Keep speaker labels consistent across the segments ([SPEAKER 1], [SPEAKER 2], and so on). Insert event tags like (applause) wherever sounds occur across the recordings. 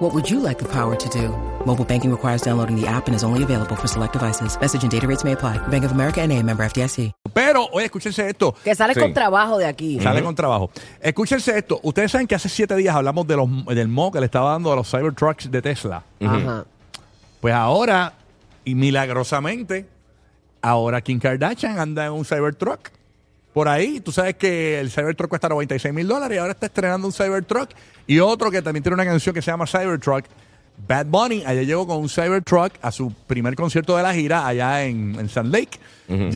[SPEAKER 1] What would you like the power to do? Mobile banking requires downloading the app and is only available for select devices. Message and data rates may apply. Bank of America and a member FDIC.
[SPEAKER 2] Pero, oye, escúchense esto.
[SPEAKER 3] Que sale
[SPEAKER 4] Sí.
[SPEAKER 3] con trabajo de aquí.
[SPEAKER 2] Sale con trabajo. Escúchense esto. Ustedes saben que hace siete días hablamos de los, del mo que le estaba dando a los Cybertrucks de Tesla.
[SPEAKER 3] Ajá.
[SPEAKER 2] Pues ahora, y milagrosamente, ahora Kim Kardashian anda en un Cybertruck. Por ahí, tú sabes que el Cybertruck cuesta 96 mil dólares y ahora está estrenando un Cybertruck. Y otro que también tiene una canción que se llama Cybertruck, Bad Bunny. Ayer llegó con un Cybertruck a su primer concierto de la gira allá en, en Sand Lake.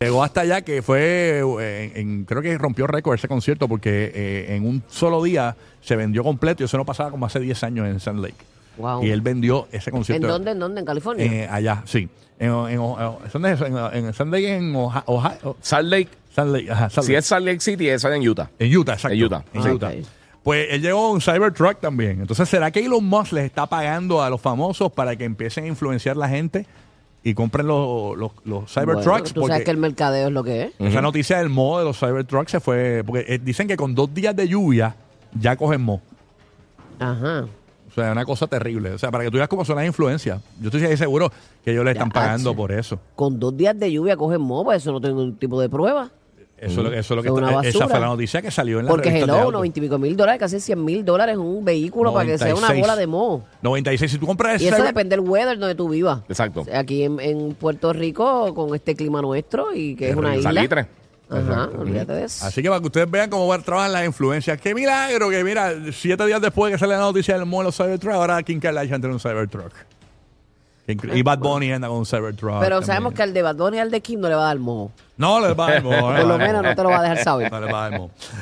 [SPEAKER 2] Llegó hasta allá que fue, eh, en- en- creo que rompió récord ese concierto porque eh, en un solo día se vendió completo y eso no pasaba como hace 10 años en Sand Lake.
[SPEAKER 3] Wow.
[SPEAKER 2] Y él vendió ese
[SPEAKER 3] ¿En
[SPEAKER 2] concierto.
[SPEAKER 3] dónde? ¿En dónde? ¿En California?
[SPEAKER 2] Eh, allá, sí. En, en, en- ¿dónde es eso? En, en Sand Lake, en Ohio.
[SPEAKER 4] Salt Lake.
[SPEAKER 2] Sand Lake, ajá, Sand
[SPEAKER 4] Si
[SPEAKER 2] Lake.
[SPEAKER 4] es Salt Lake City, es en Utah.
[SPEAKER 2] En Utah, exacto.
[SPEAKER 4] En Utah.
[SPEAKER 2] En
[SPEAKER 4] Ah,
[SPEAKER 2] Utah.
[SPEAKER 3] ok.
[SPEAKER 2] Pues él llegó a un Cybertruck también. Entonces, ¿será que Elon Musk les está pagando a los famosos para que empiecen a influenciar la gente y compren los, los, los
[SPEAKER 3] Bueno,
[SPEAKER 2] Cybertrucks?
[SPEAKER 3] Tú sabes
[SPEAKER 2] Porque Mm.
[SPEAKER 3] que el mercadeo es lo que es.
[SPEAKER 2] esa noticia del modo de los Cybertrucks se fue. Porque eh, dicen que con dos días de lluvia ya cogen mo.
[SPEAKER 3] Ajá.
[SPEAKER 2] O sea, es una cosa terrible. O sea, para que tú veas cómo son las influencias. Yo estoy ahí seguro que ellos le están
[SPEAKER 3] Ya,
[SPEAKER 2] pagando
[SPEAKER 3] che.
[SPEAKER 2] por eso.
[SPEAKER 3] Con dos días de lluvia cogen moba, eso no tengo ningún tipo de prueba.
[SPEAKER 2] Eso, es lo- eso es lo que
[SPEAKER 3] Es una
[SPEAKER 2] está- e, esa
[SPEAKER 3] basura.
[SPEAKER 2] fue la noticia que salió en la
[SPEAKER 3] Porque
[SPEAKER 2] revista
[SPEAKER 3] hello, unos 25 mil dólares, casi 100 mil dólares un vehículo para que sea una bola de moho.
[SPEAKER 2] 96. Si tú compras
[SPEAKER 3] Y
[SPEAKER 2] ese
[SPEAKER 3] eso
[SPEAKER 2] Cyber-
[SPEAKER 3] depende del weather donde tú vivas.
[SPEAKER 4] Exacto.
[SPEAKER 3] Aquí en, en Puerto Rico, con este clima nuestro y que es una isla.
[SPEAKER 4] Salitre.
[SPEAKER 3] Ajá, olvídate de eso.
[SPEAKER 2] Así que para que ustedes vean cómo va- trabajan las influencias. ¡Qué milagro! Que mira, siete días después de que sale la noticia del modelo Cybertruck, ahora Kim Kardashian tiene un Cybertruck. Qué incre- Y Bad Bunny anda con un Cybertruck.
[SPEAKER 3] Pero
[SPEAKER 2] también.
[SPEAKER 3] sabemos que al de Bad Bunny y al de Kim no le va a dar moho.
[SPEAKER 2] No le va a dar moho, no le
[SPEAKER 3] (laughs) Por
[SPEAKER 2] va
[SPEAKER 3] lo
[SPEAKER 2] a dar
[SPEAKER 3] menos no te lo va a dejar
[SPEAKER 2] moho. (laughs)
[SPEAKER 3] saber.
[SPEAKER 2] No le va a dar moho.